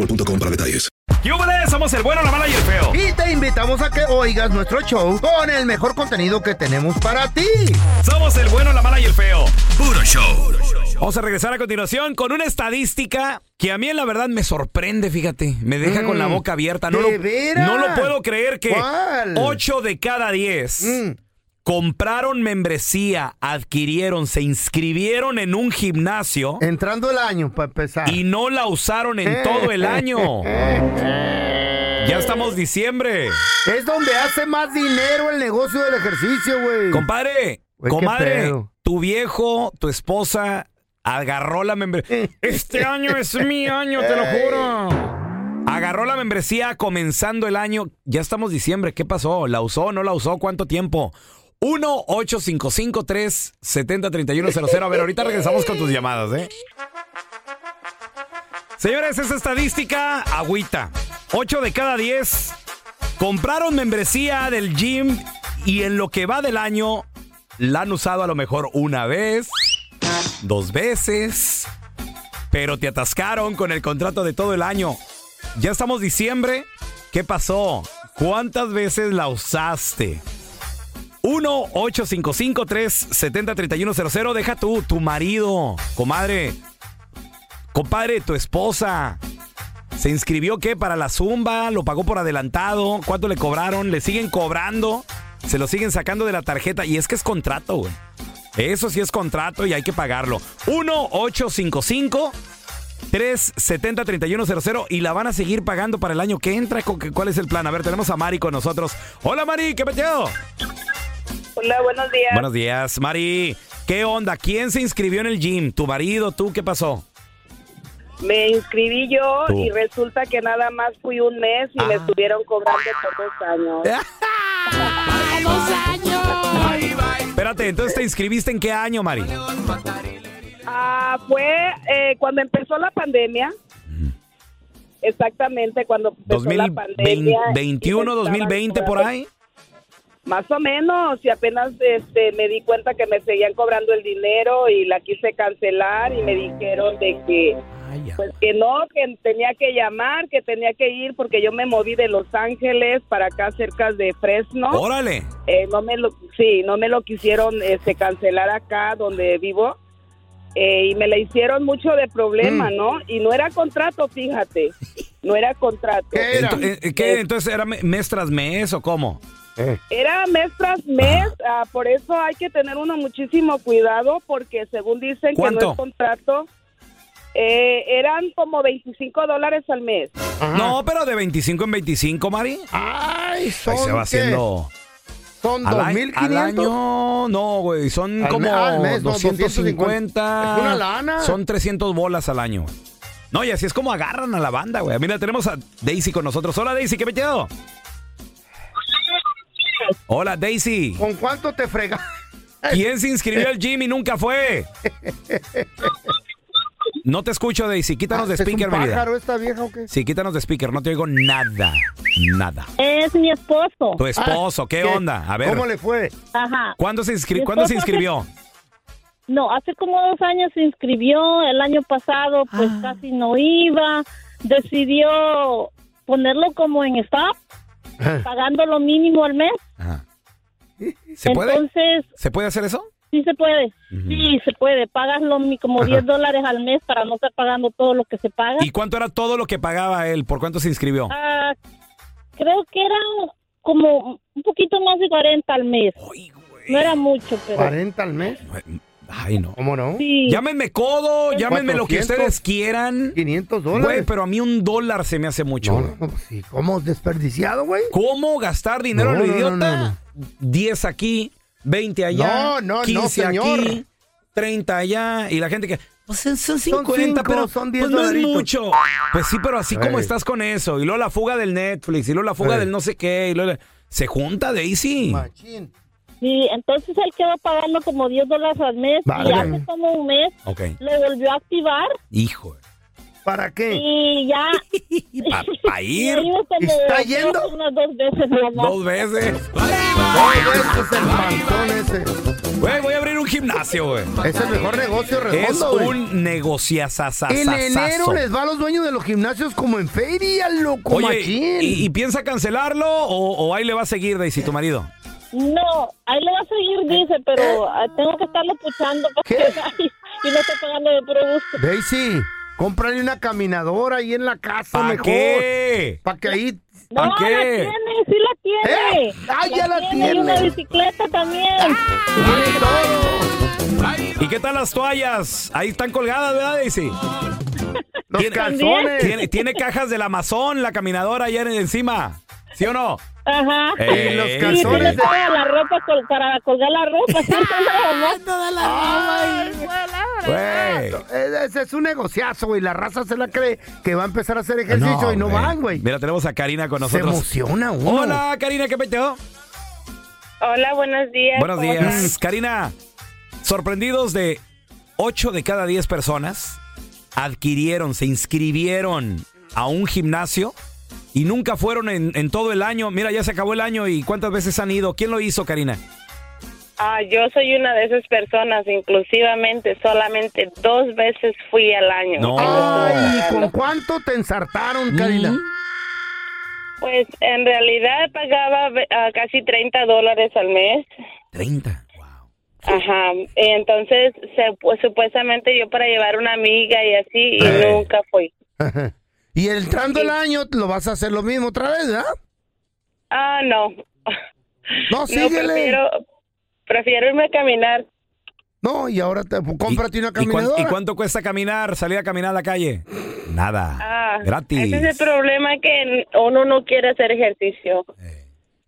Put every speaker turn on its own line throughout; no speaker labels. para detalles.
¿Qué hubo de? Somos el bueno, la mala y el feo.
Y te invitamos a que oigas nuestro show con el mejor contenido que tenemos para ti.
Somos el bueno, la mala y el feo.
Puro show.
Vamos a regresar a continuación con una estadística que a mí en la verdad me sorprende, fíjate. Me deja con la boca abierta. No,
Mm. ¿de
lo,
veras?
no lo puedo creer que
¿Cuál? Mm.
8 de cada 10 compraron membresía, adquirieron, se inscribieron en un gimnasio
Entrando el año, para empezar.
y no la usaron en todo el año. Ya estamos diciembre.
Es donde hace más dinero el negocio del ejercicio, güey.
Compadre,
Güey, qué
comadre,
pedo.
tu viejo, tu esposa agarró la membresía. Este año es mi año, te lo juro. Agarró la membresía comenzando el año. Ya estamos diciembre, ¿qué pasó? ¿La usó? ¿No la usó? ¿Cuánto tiempo? 1-855-370-3100. A ver, ahorita regresamos con tus llamadas, ¿eh? Señores, esa estadística agüita. 8 de cada 10 compraron membresía del gym y en lo que va del año la han usado a lo mejor una vez, dos veces, pero te atascaron con el contrato de todo el año. Ya estamos diciembre, ¿qué pasó? ¿Cuántas veces la usaste? 1-855-370-3100. Deja tú, tu marido, comadre, compadre, tu esposa. ¿Se inscribió qué? ¿Para la Zumba? ¿Lo pagó por adelantado? ¿Cuánto le cobraron? ¿Le siguen cobrando? ¿Se lo siguen sacando de la tarjeta? Y es que es contrato, güey. Eso sí es contrato y hay que pagarlo. 1-855-370-3100 y la van a seguir pagando para el año que entra. ¿Cu- cu- ¿Cuál es el plan? A ver, tenemos a Mari con nosotros. Hola Mari, ¿qué peteo?
Hola, buenos días.
Buenos días, Mari. ¿Qué onda? ¿Quién se inscribió en el gym? ¿Tu marido? ¿Tú? ¿Qué pasó?
Me inscribí yo
Tú.
y resulta que nada más fui un mes y me estuvieron cobrando por dos años.
Espérate, entonces te inscribiste en qué año, Mari?
Ah, fue eh, cuando empezó la pandemia. Exactamente, cuando empezó la pandemia. y me
2021,
estaban
2020, por
cobrando-
ahí.
Más o menos, y apenas este, me di cuenta que me seguían cobrando el dinero y la quise cancelar y me dijeron de que Pues que no, que tenía que llamar, que tenía que ir porque yo me moví de Los Ángeles para acá cerca de Fresno.
Órale.
Eh, no me lo, sí, no me lo quisieron este, cancelar acá donde vivo Eh, y me la hicieron mucho de
Mm.
problema, ¿no? Y no era contrato, fíjate, no era contrato.
¿Qué era?
Ento- eh, eh, ¿Qué? Entonces era me- mes tras mes o cómo?
Eh,
Era mes tras mes, ah, por eso hay que tener uno muchísimo cuidado porque según dicen que
¿Cuánto?
no es contrato, eh, eran como 25 dólares al mes.
ajá.
No, pero de 25 en 25, Mari.
Ay, son
Ahí se va
¿qué?
haciendo.
Son
Al, a-
2.500.
al año, no, güey. Son
Al
como
me- al mes, no,
250.
Es una lana.
Son 300 bolas al año. No, y así es como agarran a la banda, güey. Mira, tenemos a Daisy con nosotros. Hola, Daisy, ¿qué me quedo? Hola, Daisy.
¿Con cuánto te fregas?
¿Quién se inscribió al gym y nunca fue? No te escucho, Daisy. Quítanos de
Ah, ¿Es un
speaker, mi vida.
pájaro esta vieja o qué?
Sí, quítanos de speaker. No te oigo nada. Nada.
Es mi esposo.
Tu esposo, ¿qué onda? A ver.
Ah, ¿Cómo le fue?
Ajá.
¿Cuándo se, inscri-
Mi
¿cuándo se
esposo hace-
inscribió?
No, hace como dos años se inscribió. El año pasado, pues
Ah.
casi no iba. Decidió ponerlo como en stop,
Ah.
pagando lo mínimo al mes.
Ajá. ¿Se puede?
Entonces,
¿Se puede hacer eso?
sí se puede. Sí, se puede. Pagas lo, mi- como 10 dólares al mes para no estar pagando todo lo que se paga.
¿Eh?
¿Y cuánto era todo lo que pagaba él? ¿Por cuánto se inscribió?
Ah, creo que eran como un poquito más de 40 al mes.
Ay, güey.
No era mucho, pero...
¿40 al mes?
Ay, no.
¿Cómo no?
Sí.
Llámenme codo, llámenme lo que
400.
ustedes quieran.
500
Güey,
dólares.
pero a mí un dólar se me hace mucho.
No,
güey.
no, no, sí, ¿Cómo desperdiciado, güey?
¿Cómo gastar dinero a
No,
lo
no, no,
idiota? 10 aquí, 20 allá,
No, no, no,
15 aquí,
señor.
30 allá. Y la gente que. Pues son son
Son
50,
cinco,
pero
son
pues
10
no es
dolaritos.
mucho. Pues sí, pero así como
Ey.
estás con eso. Y luego la fuga del Netflix, y luego la fuga
Ey.
del no sé qué. Y luego la- Se junta Daisy.
Machín.
Sí, entonces él quedó pagando como 10 dólares al mes
Vale.
y hace como un mes
Ok,
lo volvió a activar
hijo.
¿Para qué?
y ya...
Para ir
y ahí nos como
¿Está
dos-
yendo?
Unas dos veces nada más.
dos veces.
Todo esto es el panzón ese.
Güey, voy a abrir un gimnasio, güey.
Es el mejor negocio
Es
redondo, güey.
un negociazazazazazo.
En enero les va a los dueños de los gimnasios como en feria, loco,
Oye,
machín.
¿y, y piensa cancelarlo o, o ahí le va a seguir, Daisy, tu marido?
No, ahí le va a seguir, dice, pero ah, tengo que estarlo puchando porque
¿Eh? ¿Qué?
ay, y no estoy pagando de puro gusto.
Daisy, cómprale una caminadora ahí en la casa
¿Para
mejor.
qué?
Para que ahí...
No,
¿A qué?
la tiene, sí la tiene.
¿Eh? Ah, ya la
Y
tiene.
una bicicleta también.
¡Ah!
¿Y qué tal las toallas? Ahí están colgadas, ¿verdad, Daisy?
Los
¿Tiene-
calzones.
Tiene, tiene cajas del Amazon, la caminadora allá en- encima. ¿Sí o no?
Ajá.
Y los
Sí, sí
calzones
le
de-
pega la ropa col- para colgar la ropa. sí, nada más.
Güey.
Eh, Ese es un negociazo, güey. La raza se la cree que va a empezar a hacer ejercicio y no
güey.
van, güey.
Mira, tenemos a Karina con
Se
nosotros.
emociona uno.
Hola, Karina, ¿qué peteo?
Hola, buenos días.
Buenos días.
Mm.
Karina, sorprendidos de 8 de cada 10 personas adquirieron, se inscribieron a un gimnasio y nunca fueron en, en todo el año. Mira, ya se acabó el año y cuántas veces han ido. ¿Quién lo hizo, Karina?
Ah, yo soy una de esas personas, inclusivamente, solamente dos veces fui al año.
No.
Ay, ¿con cuánto te
Mm.
ensartaron, Karina?
Pues en realidad pagaba ve- ah, casi 30 dólares al mes.
30. Wow.
Ajá. Entonces, se- pues, supuestamente yo para llevar una amiga y así, y
Eh.
nunca fui.
Y entrando el año lo vas a hacer lo mismo otra vez, ¿verdad?
Ah, no.
No,
No,
síguele.
prefiero, prefiero irme a caminar.
No, y ahora te, pues, cómprate
¿Y-
una
y cuán-
caminadora.
¿Y, cuánto cuesta caminar, salir a caminar a la calle? Nada.
Ah,
Gratis.
Ese es el problema que uno no quiere hacer ejercicio.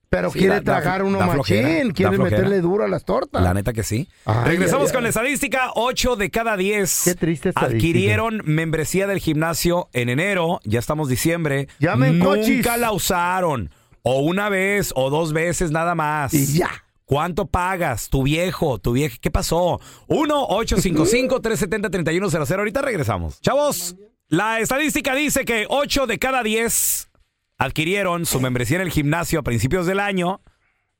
Pero
Sí,
quiere
da- da-
tragar uno
da flojera,
machín,
da
quiere
flojera.
meterle duro a las tortas.
La neta que sí.
Ay,
Regresamos
ay, ay.
con la estadística. 8 de cada 10
Qué triste estadística.
adquirieron membresía del gimnasio en enero. Ya estamos diciembre.
Llamen
Nunca
cochis.
la usaron. O una vez o dos veces nada más.
Y ya.
¿Cuánto pagas? Tu viejo, tu vieja. ¿Qué pasó? 1-855-370-3100. Ahorita regresamos. Chavos, la estadística dice que 8 de cada 10 adquirieron su membresía en el gimnasio a principios del año.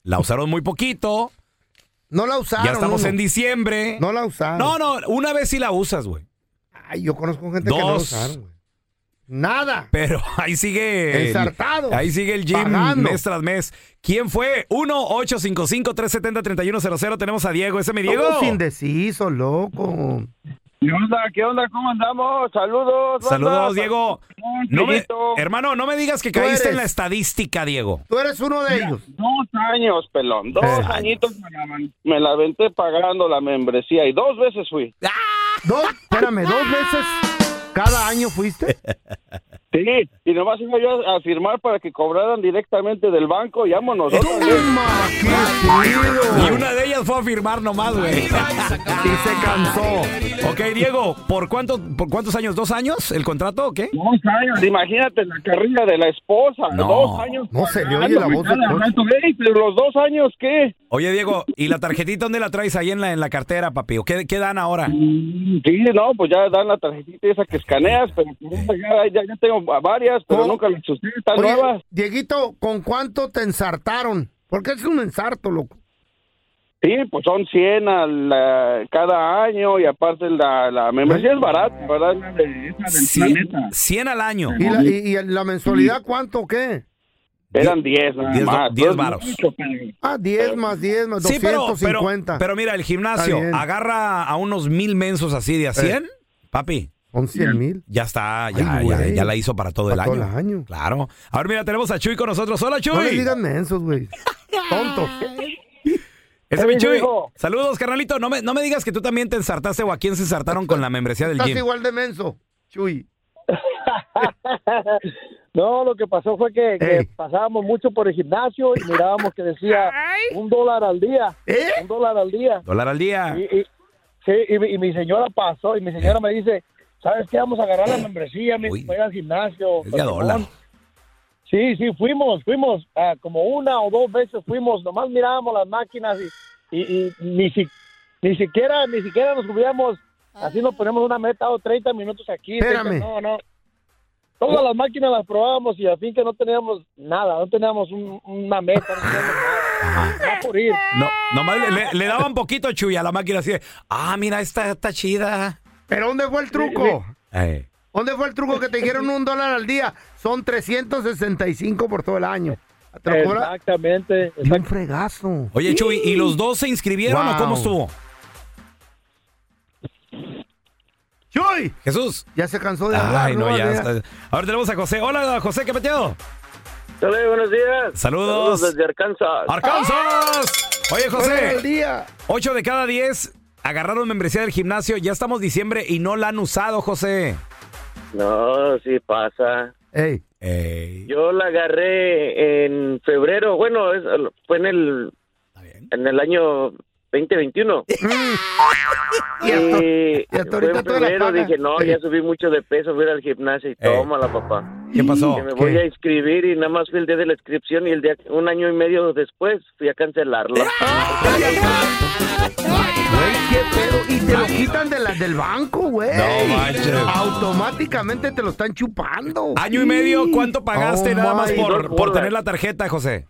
La usaron muy poquito.
No la usaron.
Ya estamos
uno.
en diciembre.
No la usaron.
No, no, una vez sí la usas, güey.
Ay, yo conozco gente que no la
Dos.
usaron, güey. Nada.
Pero ahí sigue.
Ensartado.
Ahí sigue el gym
Pagando.
mes tras mes. ¿Quién fue? 1-855-370-3100. Tenemos a Diego. ¿Ese es mi Diego?
Todos indecisos, loco.
Oh,
Saludos, Diego. No me-
Dieguito.
hermano, no me digas que
Tú
caíste en
eres.
la estadística, Diego.
Tú eres uno de ellos.
Dos años, pelón. Dos
Eh.
añitos me la, me la aventé pagando la membresía y dos veces fui.
¡Ah!
Dos, espérame, dos veces cada año fuiste.
Sí, y nomás iba yo a, a firmar para que cobraran directamente del banco y vámonos. órale.
Y una de ellas fue a firmar nomás, güey. Y se cansó. Ok, Diego, ¿por, cuánto, ¿por cuántos años? ¿Dos años el contrato o qué?
Dos años. Imagínate la carrera de la esposa.
No.
dos años.
No se le oye la voz del
Cada
coche.
rato, "Ey, pero los dos años, ¿qué?
Oye, Diego, ¿y la tarjetita dónde la traes ahí en la, en la cartera, papi? ¿O qué, qué dan ahora?
Sí, no, pues ya dan la tarjetita esa que escaneas, pero ya, ya- ya tengo varias, pero nunca las usé, están
Oye,
nuevas.
Dieguito, ¿con cuánto te ensartaron? Porque es un ensarto, loco.
Sí, pues son 100 al, eh, cada año y aparte la, la membresía es barata, ¿verdad? La de- esa del planeta.
100 al año.
¿Y la, y- y la mensualidad cuánto o qué?
Eran 10 nada
Diez do-
más.
diez
Pues,
varos.
mucho, pero-
Ah, 10 más 10 más
Sí, pero,
250.
pero, pero mira, el
Está bien.
gimnasio agarra a unos mil mensos así de a 100, papi.
Son 100 mil.
Ya está, ya,
Ay,
ya,
güey.
ya la hizo para todo
Para
el
todo
año. Claro. Ahora mira, tenemos a Chuy con nosotros. Hola, Chuy.
No le digan mensos, güey. Tontos.
Ese es mi
Ey,
Chuy.
viejo.
Saludos, carnalito. No me, no me digas que tú también te ensartaste o a quién se ensartaron con la membresía del
Estás
gym.
igual de menso, Chuy.
No, lo que pasó fue que, que pasábamos mucho por el gimnasio y mirábamos que decía un dólar al día.
¿Eh?
Un dólar al día.
Dólar al día. Eh.
Y, y- sí, y, mi- y mi señora pasó y mi señora me dice, ¿sabes qué? Vamos a agarrar la membresía, me voy al gimnasio.
Es de a dólar.
Sí, sí, fuimos, fuimos, ah, como una o dos veces fuimos, nomás mirábamos las máquinas y, y- y ni, si- ni siquiera, ni siquiera nos subíamos, así nos ponemos una meta o 30 minutos aquí. 30,
Espérame.
no, no. Todas las máquinas las probábamos y al fin que no teníamos nada, no teníamos un- una meta, no teníamos nada. Nada por ir.
No, nomás le- le, le daban poquito Chuy a la máquina así de, ah, mira, esta está chida.
¿Pero dónde fue el truco?
Eh.
¿Dónde fue el truco que te dijeron un dólar al día? Son 365 por todo el año. Te lo cobra-
Exactamente.
Y un fregazo.
Oye, Chuy, ¿y los dos se inscribieron o
Wow.
cómo estuvo?
¡Chuy!
Jesús.
Ya se cansó de hablar.
Ay, no,
¿no?
ya
Vale.
está. Ahora tenemos a José. Hola, José, ¿qué peteado?
Hola, buenos días.
Saludos.
desde Arkansas.
¡Arkansas! Oye,
Dólar
José.
al día.
8 de cada 10 agarraron membresía del gimnasio. Ya estamos diciembre y no la han usado, José.
No, sí pasa.
Ey.
Yo la agarré en febrero. Bueno, es- fue en el en el año 2021. y fue en
toda la
febrero
paga.
dije, no, ya subí mucho de peso, voy a ir al gimnasio y tómala, papá.
¿Qué pasó?
Que me voy a inscribir y nada más fui el día de la inscripción y el día un año y medio después fui a cancelarlo.
¿Qué pedo? Y te lo quitan de la, del banco, güey.
No manches.
Automáticamente te lo están chupando.
Año y medio, ¿cuánto pagaste
Oh,
nada más
my
por,
God.
por tener la tarjeta, José?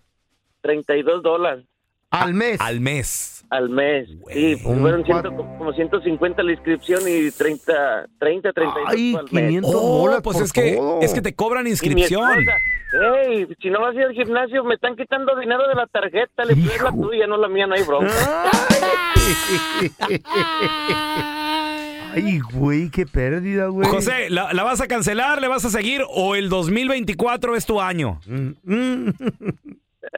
32 dólares.
Al mes.
Ah, Al mes.
Al mes. Sí, pues fueron ciento- como 150 la inscripción y 30, 30, 32 al mes.
Oh, pues es que, es que te cobran
Y mi
inscripción.
esposa, "Ey, si no vas a ir al gimnasio, me están quitando dinero de la tarjeta. Le pido la tuya, no la mía, no hay bronca.
Ay, güey, qué pérdida, güey.
José, ¿la, la vas a cancelar, le vas a seguir o el 2024 es tu año?
Mm.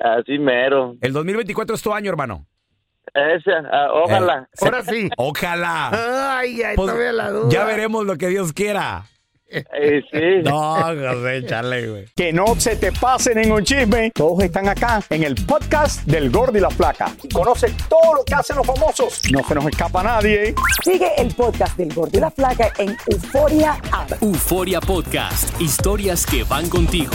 Así mero.
El 2024 es tu año, hermano.
Esa, ah, ojalá.
Eh, Ojalá.
Ay, ay,
Pues,
todavía la duda.
ya veremos lo que Dios quiera.
Eh,
No, José, chale, güey.
Que no se te pase ningún chisme. Todos están acá en el podcast del Gordi y la Flaca. Conoce todo lo que hacen los famosos. No se nos escapa nadie.
Sigue el podcast del Gordo y la Flaca en Euforia App.
Euforia Podcast, historias que van contigo.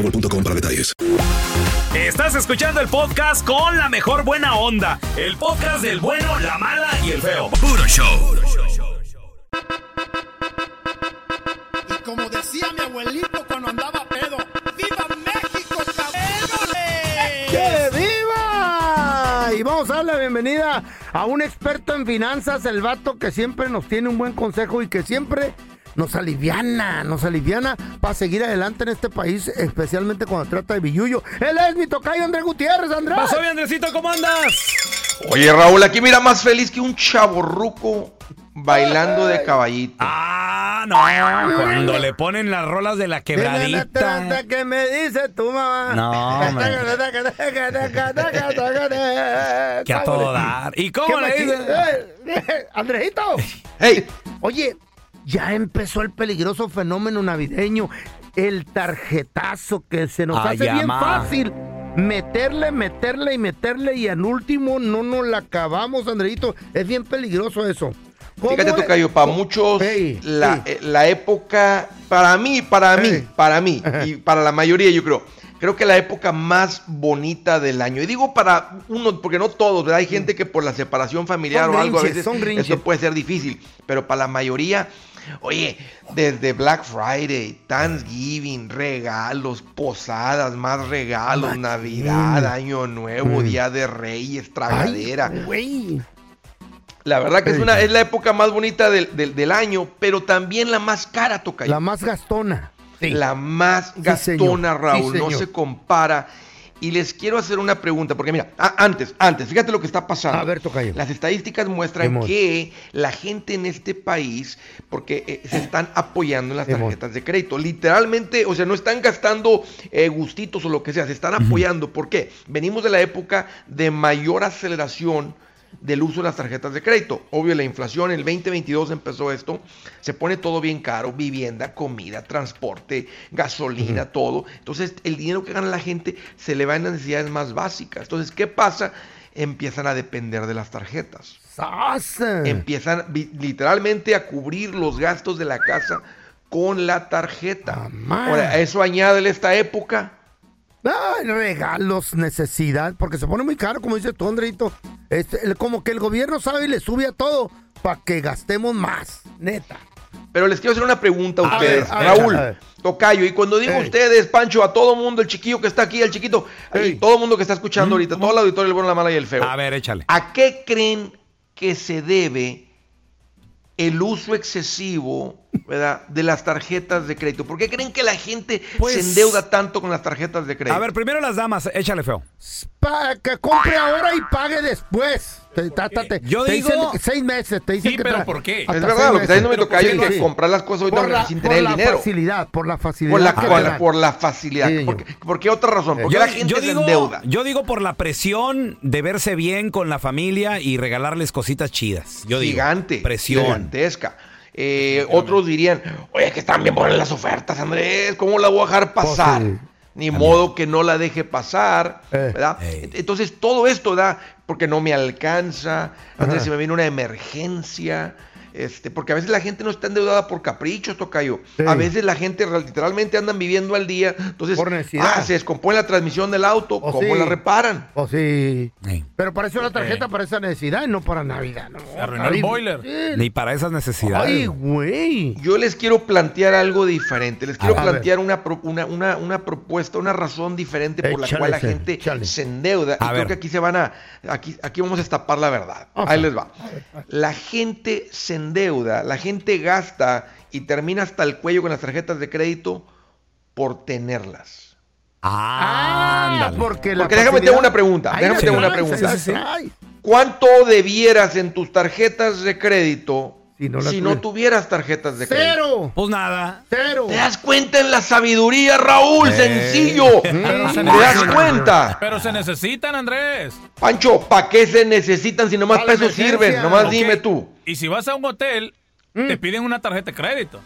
para detalles.
Estás escuchando el podcast con la mejor buena onda. El podcast del bueno, la mala y el feo. Puro show.
Y como decía mi abuelito cuando andaba pedo, ¡Viva México,
¡Que viva! Y vamos a dar la bienvenida a un experto en finanzas, el vato que siempre nos tiene un buen consejo y que siempre nos aliviana, nos aliviana para seguir adelante en este país, especialmente cuando trata de billuyo. Él es mi tocayo Andrés Gutiérrez, Andrés.
Pasó bien, Andresito, ¿cómo andas?
Oye, Raúl, aquí mira más feliz que un chaborruco bailando de caballito.
Ah, no. Cuando le ponen las rolas de la quebradita.
¿Qué me dice tu mamá?
No, hombre. Que a todo dar. ¿Y cómo
¿Qué
le
machi-
dicen?
Eh, Andrejito. Oye, ya empezó el peligroso fenómeno navideño, el tarjetazo que se nos
Ay,
hace bien
ama.
fácil. Meterle, meterle y meterle y al último no nos la acabamos, Andrejito. Es bien peligroso eso. ¿Cómo
Fíjate,
es?
Tocayo, para muchos la, eh, la época, para mí, para mí, para mí, y para la mayoría, yo creo, creo que la época más bonita del año. Y digo para uno, porque no todos, ¿verdad? Hay gente que por la separación familiar
Mm. Son
o algo a
grinches,
veces
son grinches.
eso puede ser difícil, pero para la mayoría, oye, desde Black Friday, Thanksgiving, regalos, posadas, más regalos, Navidad, Año Nuevo, Día de Reyes, tragadera.
Mm. Güey.
La verdad que es,
Ey.
una, es la época más bonita del, del- del año, pero también la más cara, toca.
La más gastona.
La más
Sí,
gastona,
señor.
Raúl.
Sí,
no
señor.
se compara. Y les quiero hacer una pregunta, porque mira, a- antes, antes, fíjate lo que está pasando.
A ver, tocayo.
Las estadísticas muestran
Simón.
que la gente en este país, porque eh, se están apoyando en las
Simón.
tarjetas de crédito, literalmente, o sea, no están gastando eh, gustitos o lo que sea, se están apoyando. ¿Por qué? Venimos de la época de mayor aceleración del uso de las tarjetas de crédito. Obvio, la inflación, el 2022 empezó esto, se pone todo bien caro, vivienda, comida, transporte, gasolina, todo. Entonces, el dinero que gana la gente se le va en las necesidades más básicas. Entonces, ¿qué pasa? Empiezan a depender de las tarjetas. Empiezan vi- literalmente a cubrir los gastos de la casa con la tarjeta. Ahora, a eso añádele esta época.
Ay, regalos, necesidad, porque se pone muy caro, como dice tú, Andreito. Este, el- como que el gobierno sabe y le sube a todo para que gastemos más, neta.
Pero les quiero hacer una pregunta a
A
ustedes.
ver, a ver,
Raúl,
a ver.
Tocayo, y cuando digo
Ey.
ustedes, Pancho, a todo mundo, el chiquillo que está aquí, el chiquito, y todo mundo que está
Mm,
escuchando ahorita, todo el auditorio, el bueno, la mala y el feo.
A ver, échale.
¿A qué creen que se debe el uso excesivo ¿verdad? de las tarjetas de crédito? ¿Por qué creen que la gente
Pues-
se endeuda tanto con las tarjetas de crédito?
A ver, primero las damas, échale feo.
Para que compre ahora y pague después. Te, ta- ta- te-
Yo
te
digo-
dicen seis meses, te dicen
Sí,
que
pero
tra-
¿por qué?
hasta
es
seis
verdad, lo que está
meses. pues,
diciendo mi tocayo es que
Sí.
comprar las cosas ahorita
Por la-
sin tener el
Por la
dinero.
facilidad, por la facilidad.
Por la,
que te
por
dan.
la- por la facilidad. ¿Por qué, por qué otra razón? Porque la gente se endeuda.
Eh, yo digo por la presión de verse bien con la familia y regalarles cositas chidas. Yo digo.
gigante,
Presión.
gigantesca. Eh, otros dirían, oye, que están bien buenas las ofertas, Andrés, ¿cómo la voy a dejar
Pues,
pasar? Ni modo que no la deje pasar,
Eh,
¿verdad? E-, Entonces todo esto da, porque no me alcanza, Andrés,
Ajá.
se me viene una emergencia, este, porque a veces la gente no está endeudada por caprichos, Tocayo.
Sí.
A veces la gente real- literalmente andan viviendo al día, entonces
Por necesidad. Oh,
ah, se descompone la transmisión del auto, ¿cómo
sí.
la reparan?
O Oh, sí. Pero para eso la tarjeta, para esa necesidad y no para Navidad. ¿no? Ay, sí.
Ni para esas necesidades.
Ay, güey.
Yo les quiero plantear algo diferente. Les quiero
ver.
plantear una, pro- una, una, una propuesta, una razón diferente por la
Échale,
cual la
Fer,
gente se endeuda. y creo que aquí se van a. Aquí, aquí vamos a destapar la verdad. Ahí les va. La gente se endeuda, la gente gasta y termina hasta el cuello con las tarjetas de crédito por tenerlas.
Ah, porque la
déjame
facilidad-
tengo una pregunta.
Ahí
Déjame
la
tengo una
traes,
pregunta.
ahí la traes.
¿Cuánto debieras en tus tarjetas de crédito
Si no, las
si no tuvieras tarjetas de crédito.
¡Cero!
Pues nada.
¡Cero!
¿Te das cuenta en la sabiduría, Raúl?
Eh.
Sencillo. Mm, ¿Te
Pero se
das
necesitan.
cuenta?
Pero se necesitan, Andrés.
Pancho, ¿para qué se necesitan si nomás
Para la
pesos sirven?
emergencia.
Nomás
Ok.
dime tú. Mm.
Y si vas a un hotel, te piden una tarjeta de crédito.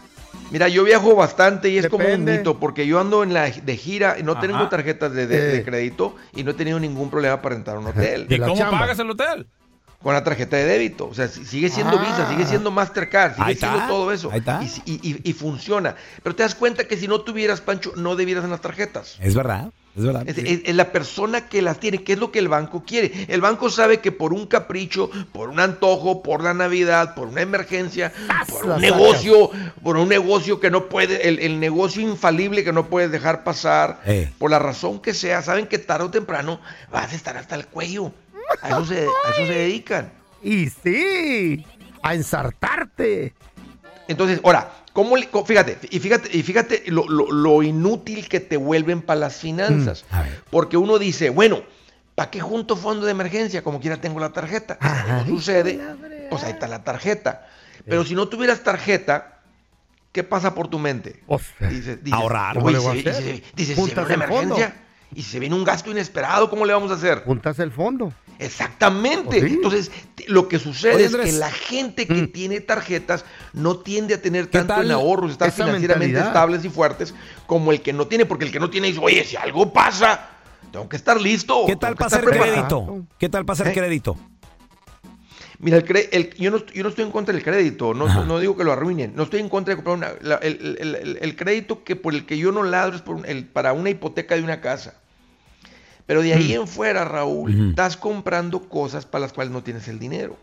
Mira, yo viajo bastante y es como
Depende.
un mito, porque yo ando en la de gira y no
Ajá.
tengo tarjetas de, de- de
Eh.
crédito y no he tenido ningún problema para rentar un hotel.
¿Y cómo pagas el hotel?
Con la tarjeta de débito. O sea, si- sigue siendo
Ah.
Visa, sigue siendo Mastercard, sigue
Ahí
siendo
está.
todo eso. Y, si- y- y- y funciona. Pero te das cuenta que si no tuvieras, Pancho, no debieras en las tarjetas.
Es verdad, es verdad.
Es, es- es la persona que las tiene, que es lo que el banco quiere. El banco sabe que por un capricho, por un antojo, por la Navidad, por una emergencia, por
la
un negocio, por un negocio que no puede, el, el negocio infalible que no puedes dejar pasar,
Eh.
por la razón que sea, saben que tarde o temprano vas a estar hasta el cuello. A eso se, a eso se dedican.
Y sí, a ensartarte.
Entonces, ahora, ¿cómo le- co- fíjate, y fíjate, y fíjate lo, lo- lo inútil que te vuelven para las finanzas.
Mm,
Porque uno dice, bueno, ¿para qué junto fondo de emergencia? Como quiera tengo la tarjeta. Y si no sucede, pues ahí está la tarjeta. Pero
Eh.
si no tuvieras tarjeta, ¿qué pasa por tu mente? Dices, dices,
Pues, eh,
"Oye,
Ahorrar. ¿Cómo le
y
voy a
se- y
hacer?
se- dices, si se
Juntas
viene una
el fondo.
emergencia y se viene un gasto inesperado, ¿cómo le vamos a hacer?
Juntas el fondo. Oh,
Exactamente. Entonces, t- lo que sucede
Oye,
es que
Andrés.
la gente
Mm.
que tiene tarjetas no tiende a tener
¿Qué
tanto
tal
en ahorros, estar
esa
financieramente
mentalidad?
estables y fuertes como el que no tiene, porque el que no tiene dice, oye, si algo pasa, tengo que estar listo.
¿Qué tal para hacer crédito? ¿Qué tal
¿Eh?
para hacer crédito?
Mira, el cre- el- yo, no, est- yo no estoy en contra del crédito, no,
Ajá.
no digo que lo arruinen, no estoy en contra de comprar una, la- el, el- el- el- el crédito que por el que yo no ladro es por un- el- para una hipoteca de una casa. Pero de ahí en fuera, Raúl,
Ujú.
estás comprando cosas para las cuales no tienes el dinero.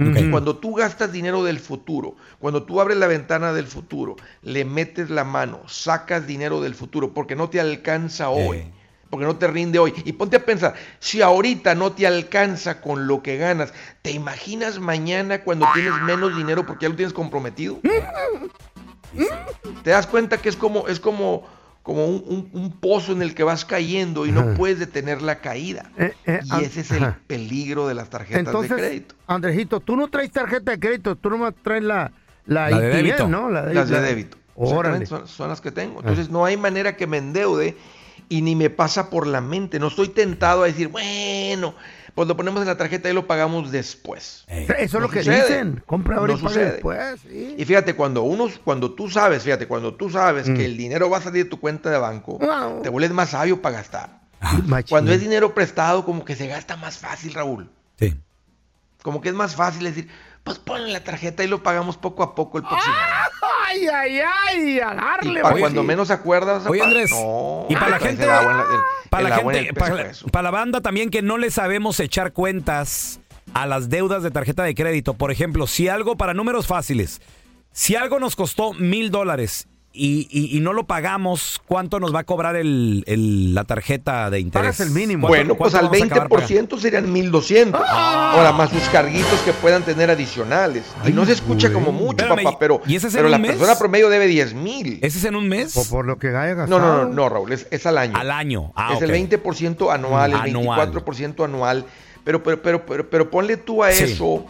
Ok.
Eh, Cuando tú gastas dinero del futuro, cuando tú abres la ventana del futuro, le metes la mano, sacas dinero del futuro, porque no te alcanza hoy, porque no te rinde hoy. Y ponte a pensar, si ahorita no te alcanza con lo que ganas, ¿te imaginas mañana cuando tienes menos dinero porque ya lo tienes comprometido? Te das cuenta que es como, es como, como un, un- un pozo en el que vas cayendo y no
Ajá.
puedes detener la caída.
Eh, eh,
Y ese es el
ajá.
peligro de las tarjetas de crédito.
Entonces, Andrejito, tú no traes tarjeta de crédito, tú nomás traes la, la,
La de
ITN,
débito.
¿no?
Las de débito.
Órale. Ah.
Exactamente, Son, son las que tengo. Entonces no hay manera que me endeude y ni me pasa por la mente. No estoy tentado a decir, bueno, pues lo ponemos en la tarjeta y lo pagamos después.
Eso es lo
No
que
sucede.
dicen. Compra ahora
No
y paga
sucede.
después. sí.
Y fíjate, cuando uno, cuando tú sabes, fíjate, cuando tú sabes
Mm.
que el dinero va a salir de tu cuenta de banco,
Wow.
te vuelves más sabio para gastar.
Machín.
Cuando es dinero prestado, como que se gasta más fácil, Raúl.
Sí.
Como que es más fácil decir, pues ponle la tarjeta y lo pagamos poco a poco el próximo.
Ay, ay, ay,
Y
agarle.
para cuando menos acuerdas.
Oye,
pa-
Andrés,
no,
y para la
pues,
gente-
el agua en el-
Para
el
la
agua en
gente,
el
para,
pescuezo.
la- para la banda también que no le sabemos echar cuentas a las deudas de tarjeta de crédito. Por ejemplo, si algo, para números fáciles, si algo nos costó mil dólares y, y- y no lo pagamos, ¿cuánto nos va a cobrar el, el- la tarjeta de interés?
Pagas el mínimo.
¿Cuánto-
Bueno, pues
cuánto
al
vamos a acabar pagando?
20% serían 1200. Ahora más sus carguitos que puedan tener adicionales. y no se escucha como mucho,
Espérame,
papá, pero,
¿y ese es en
pero
un
la
mes?
persona promedio debe 10 mil.
¿Ese es en un mes?
O por lo que haya
No,
gastado.
no, no, no, Raúl, es, es al año.
Al año. Ah,
es
ok.
el 20% anual, el
Anual.
24% anual. Pero, pero, pero, pero, pero ponle tú a
Sí.
eso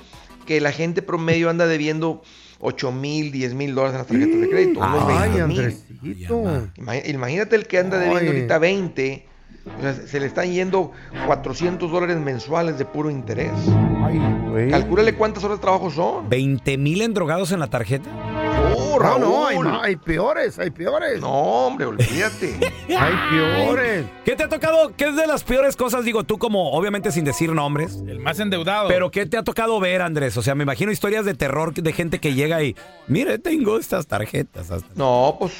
que la gente promedio anda debiendo 8 mil, 10 mil dólares en las tarjetas de crédito. unos
Ay,
20,000.
Andresito.
Ima- Imagínate el que anda debiendo
Ay.
ahorita 20. o sea, se le están yendo 400 dólares mensuales de puro interés. Calcúlale cuántas horas de trabajo son.
¿20 mil endrogados en la tarjeta?
No,
No, no, hay,
Oh, Raúl.
ma- hay peores, hay peores.
No, hombre, olvídate.
hay peores.
¿Qué te ha tocado? ¿Qué es de las peores cosas? Digo, tú como, obviamente sin decir nombres.
El más endeudado.
Pero ¿qué te ha tocado ver, Andrés? O sea, me imagino historias de terror de gente que llega y, mire, tengo estas tarjetas. hasta-".
No, pues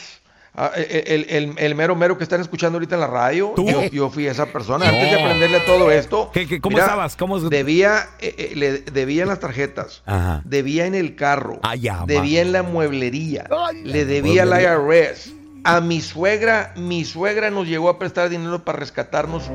ah, el, el- el- el mero mero que están escuchando ahorita en la radio, yo, yo fui esa persona.
No.
Antes de aprenderle a todo esto,
cómo estabas?
Debía, eh, eh, le debía en las tarjetas,
Ajá.
debía en el carro,
ya,
debía en la mueblería,
Ay,
le
la
debía al
mueblería.
IRS. A mi suegra, mi suegra nos llegó a prestar dinero para rescatarnos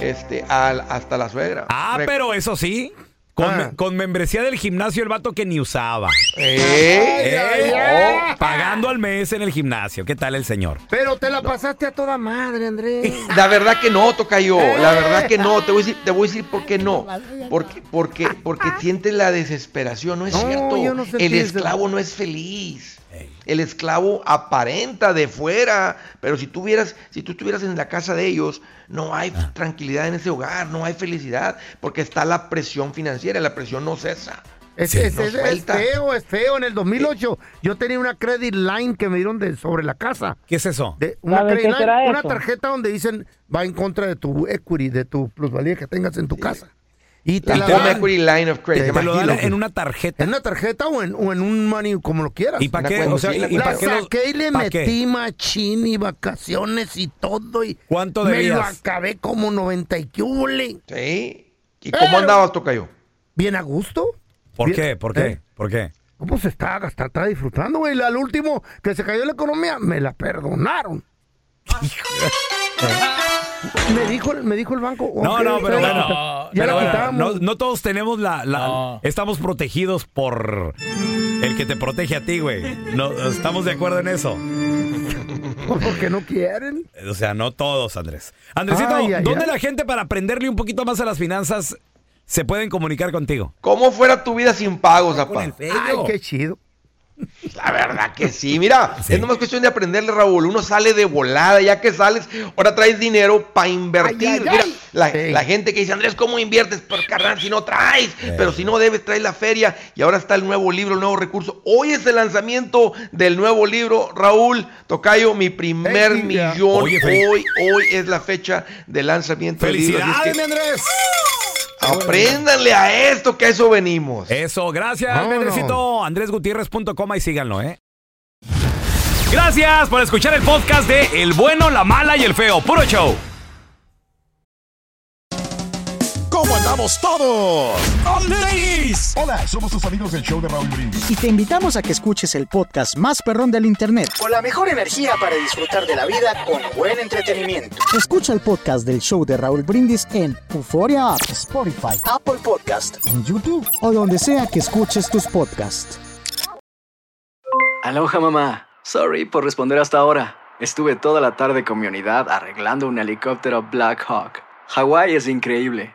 este, al- hasta la suegra.
Ah,
Re- Ah.
pero eso sí, Con, me- con membresía del gimnasio el vato que ni usaba.
¿Eh?
¿Eh?
ay, ay.
Pagando al mes en el gimnasio. ¿Qué tal el señor?
Pero te la pasaste a toda madre, Andrés.
La verdad que no, Tocayo. La verdad que no. Te voy a decir, te voy a decir por qué no. Porque, porque, porque sientes la desesperación. No es
No, yo
cierto.
no sentí
el
eso.
esclavo no es feliz. El esclavo aparenta de fuera, pero si tú vieras, si tú estuvieras en la casa de ellos, no hay tranquilidad en ese hogar, no hay felicidad, porque está la presión financiera, y la presión no cesa.
Es,
Sí.
es-
No
es- es
suelta.
feo, es feo. En el 2008 yo tenía una credit line que me dieron de, sobre la casa.
¿Qué es eso?
Una,
¿Sabe
credit
qué
line,
será
una
eso?
tarjeta donde dicen va en contra de tu equity, de tu plusvalía que tengas en tu casa. Y te
La
la
Home
dan.
Equity Line of Credit,
Te lo dan
imagínate.
en
una tarjeta.
En una tarjeta o en, o en un money, como lo quieras.
¿Y pa' qué? O sea, ¿y- y
la
pa' qué lo-
saqué y le
pa' qué?
metí machín y vacaciones y todo. Y
¿Cuánto
Me lo
debías?
acabé como 90 y cúbole.
Sí. ¿Y cómo andabas, Tocayo?
Bien a gusto.
¿Por
Bien-
qué? ¿Por qué? ¿Por qué?
No, pues estaba gastando, estaba disfrutando, güey. Al último que se cayó la economía, me la perdonaron. me, dijo, me dijo el banco.
No,
ok,
no, pero
ya
bueno.
la- Ya
pero
la
bueno, no,
quitábamos.
no todos tenemos la. la- Estamos protegidos por el que te protege a ti, güey. No, estamos de acuerdo en eso.
Porque no quieren.
O sea, no todos, Andrés. Andresito,
Ay, ay,
¿dónde
ay.
la gente para aprenderle un poquito más a las finanzas se pueden comunicar contigo?
¿Cómo fuera tu vida sin pagos, papá?
Ay, qué chido.
La verdad que sí, mira, es nomás cuestión de aprenderle, Raúl. Uno sale de volada, ya que sales, ahora traes dinero para invertir.
Ay, ay,
mira,
ay.
La, la gente que dice, Andrés, ¿cómo inviertes? Por carnal, si no traes, pero si no debes, traes la feria. Y ahora está el nuevo libro, el nuevo recurso. Hoy es el lanzamiento del nuevo libro, Raúl Tocayo, mi primer
Ey, ya.
millón.
Oye, fel-
hoy, hoy es la fecha de lanzamiento del libro. Así es
¡Felicidades,
que
mi Andrés!
Apréndanle a esto, que a eso venimos.
Eso, gracias, mi
Vámonos.
Andresito. AndrésGutierrez.com y síganlo, ¿eh? Gracias por escuchar el podcast de El Bueno, la Mala y el Feo. Puro show.
¿Cómo andamos todos?
Hola, somos tus amigos del show de Raúl Brindis.
Y te invitamos a que escuches el podcast más perrón del internet.
Con la mejor energía para disfrutar de la vida con buen entretenimiento.
Escucha el podcast del show de Raúl Brindis en Euforia App, Spotify,
Apple Podcast.
en YouTube o donde sea que escuches tus podcasts.
Aloha mamá. Sorry por responder hasta ahora. Estuve toda la tarde con mi unidad arreglando un helicóptero Black Hawk. Hawái es increíble.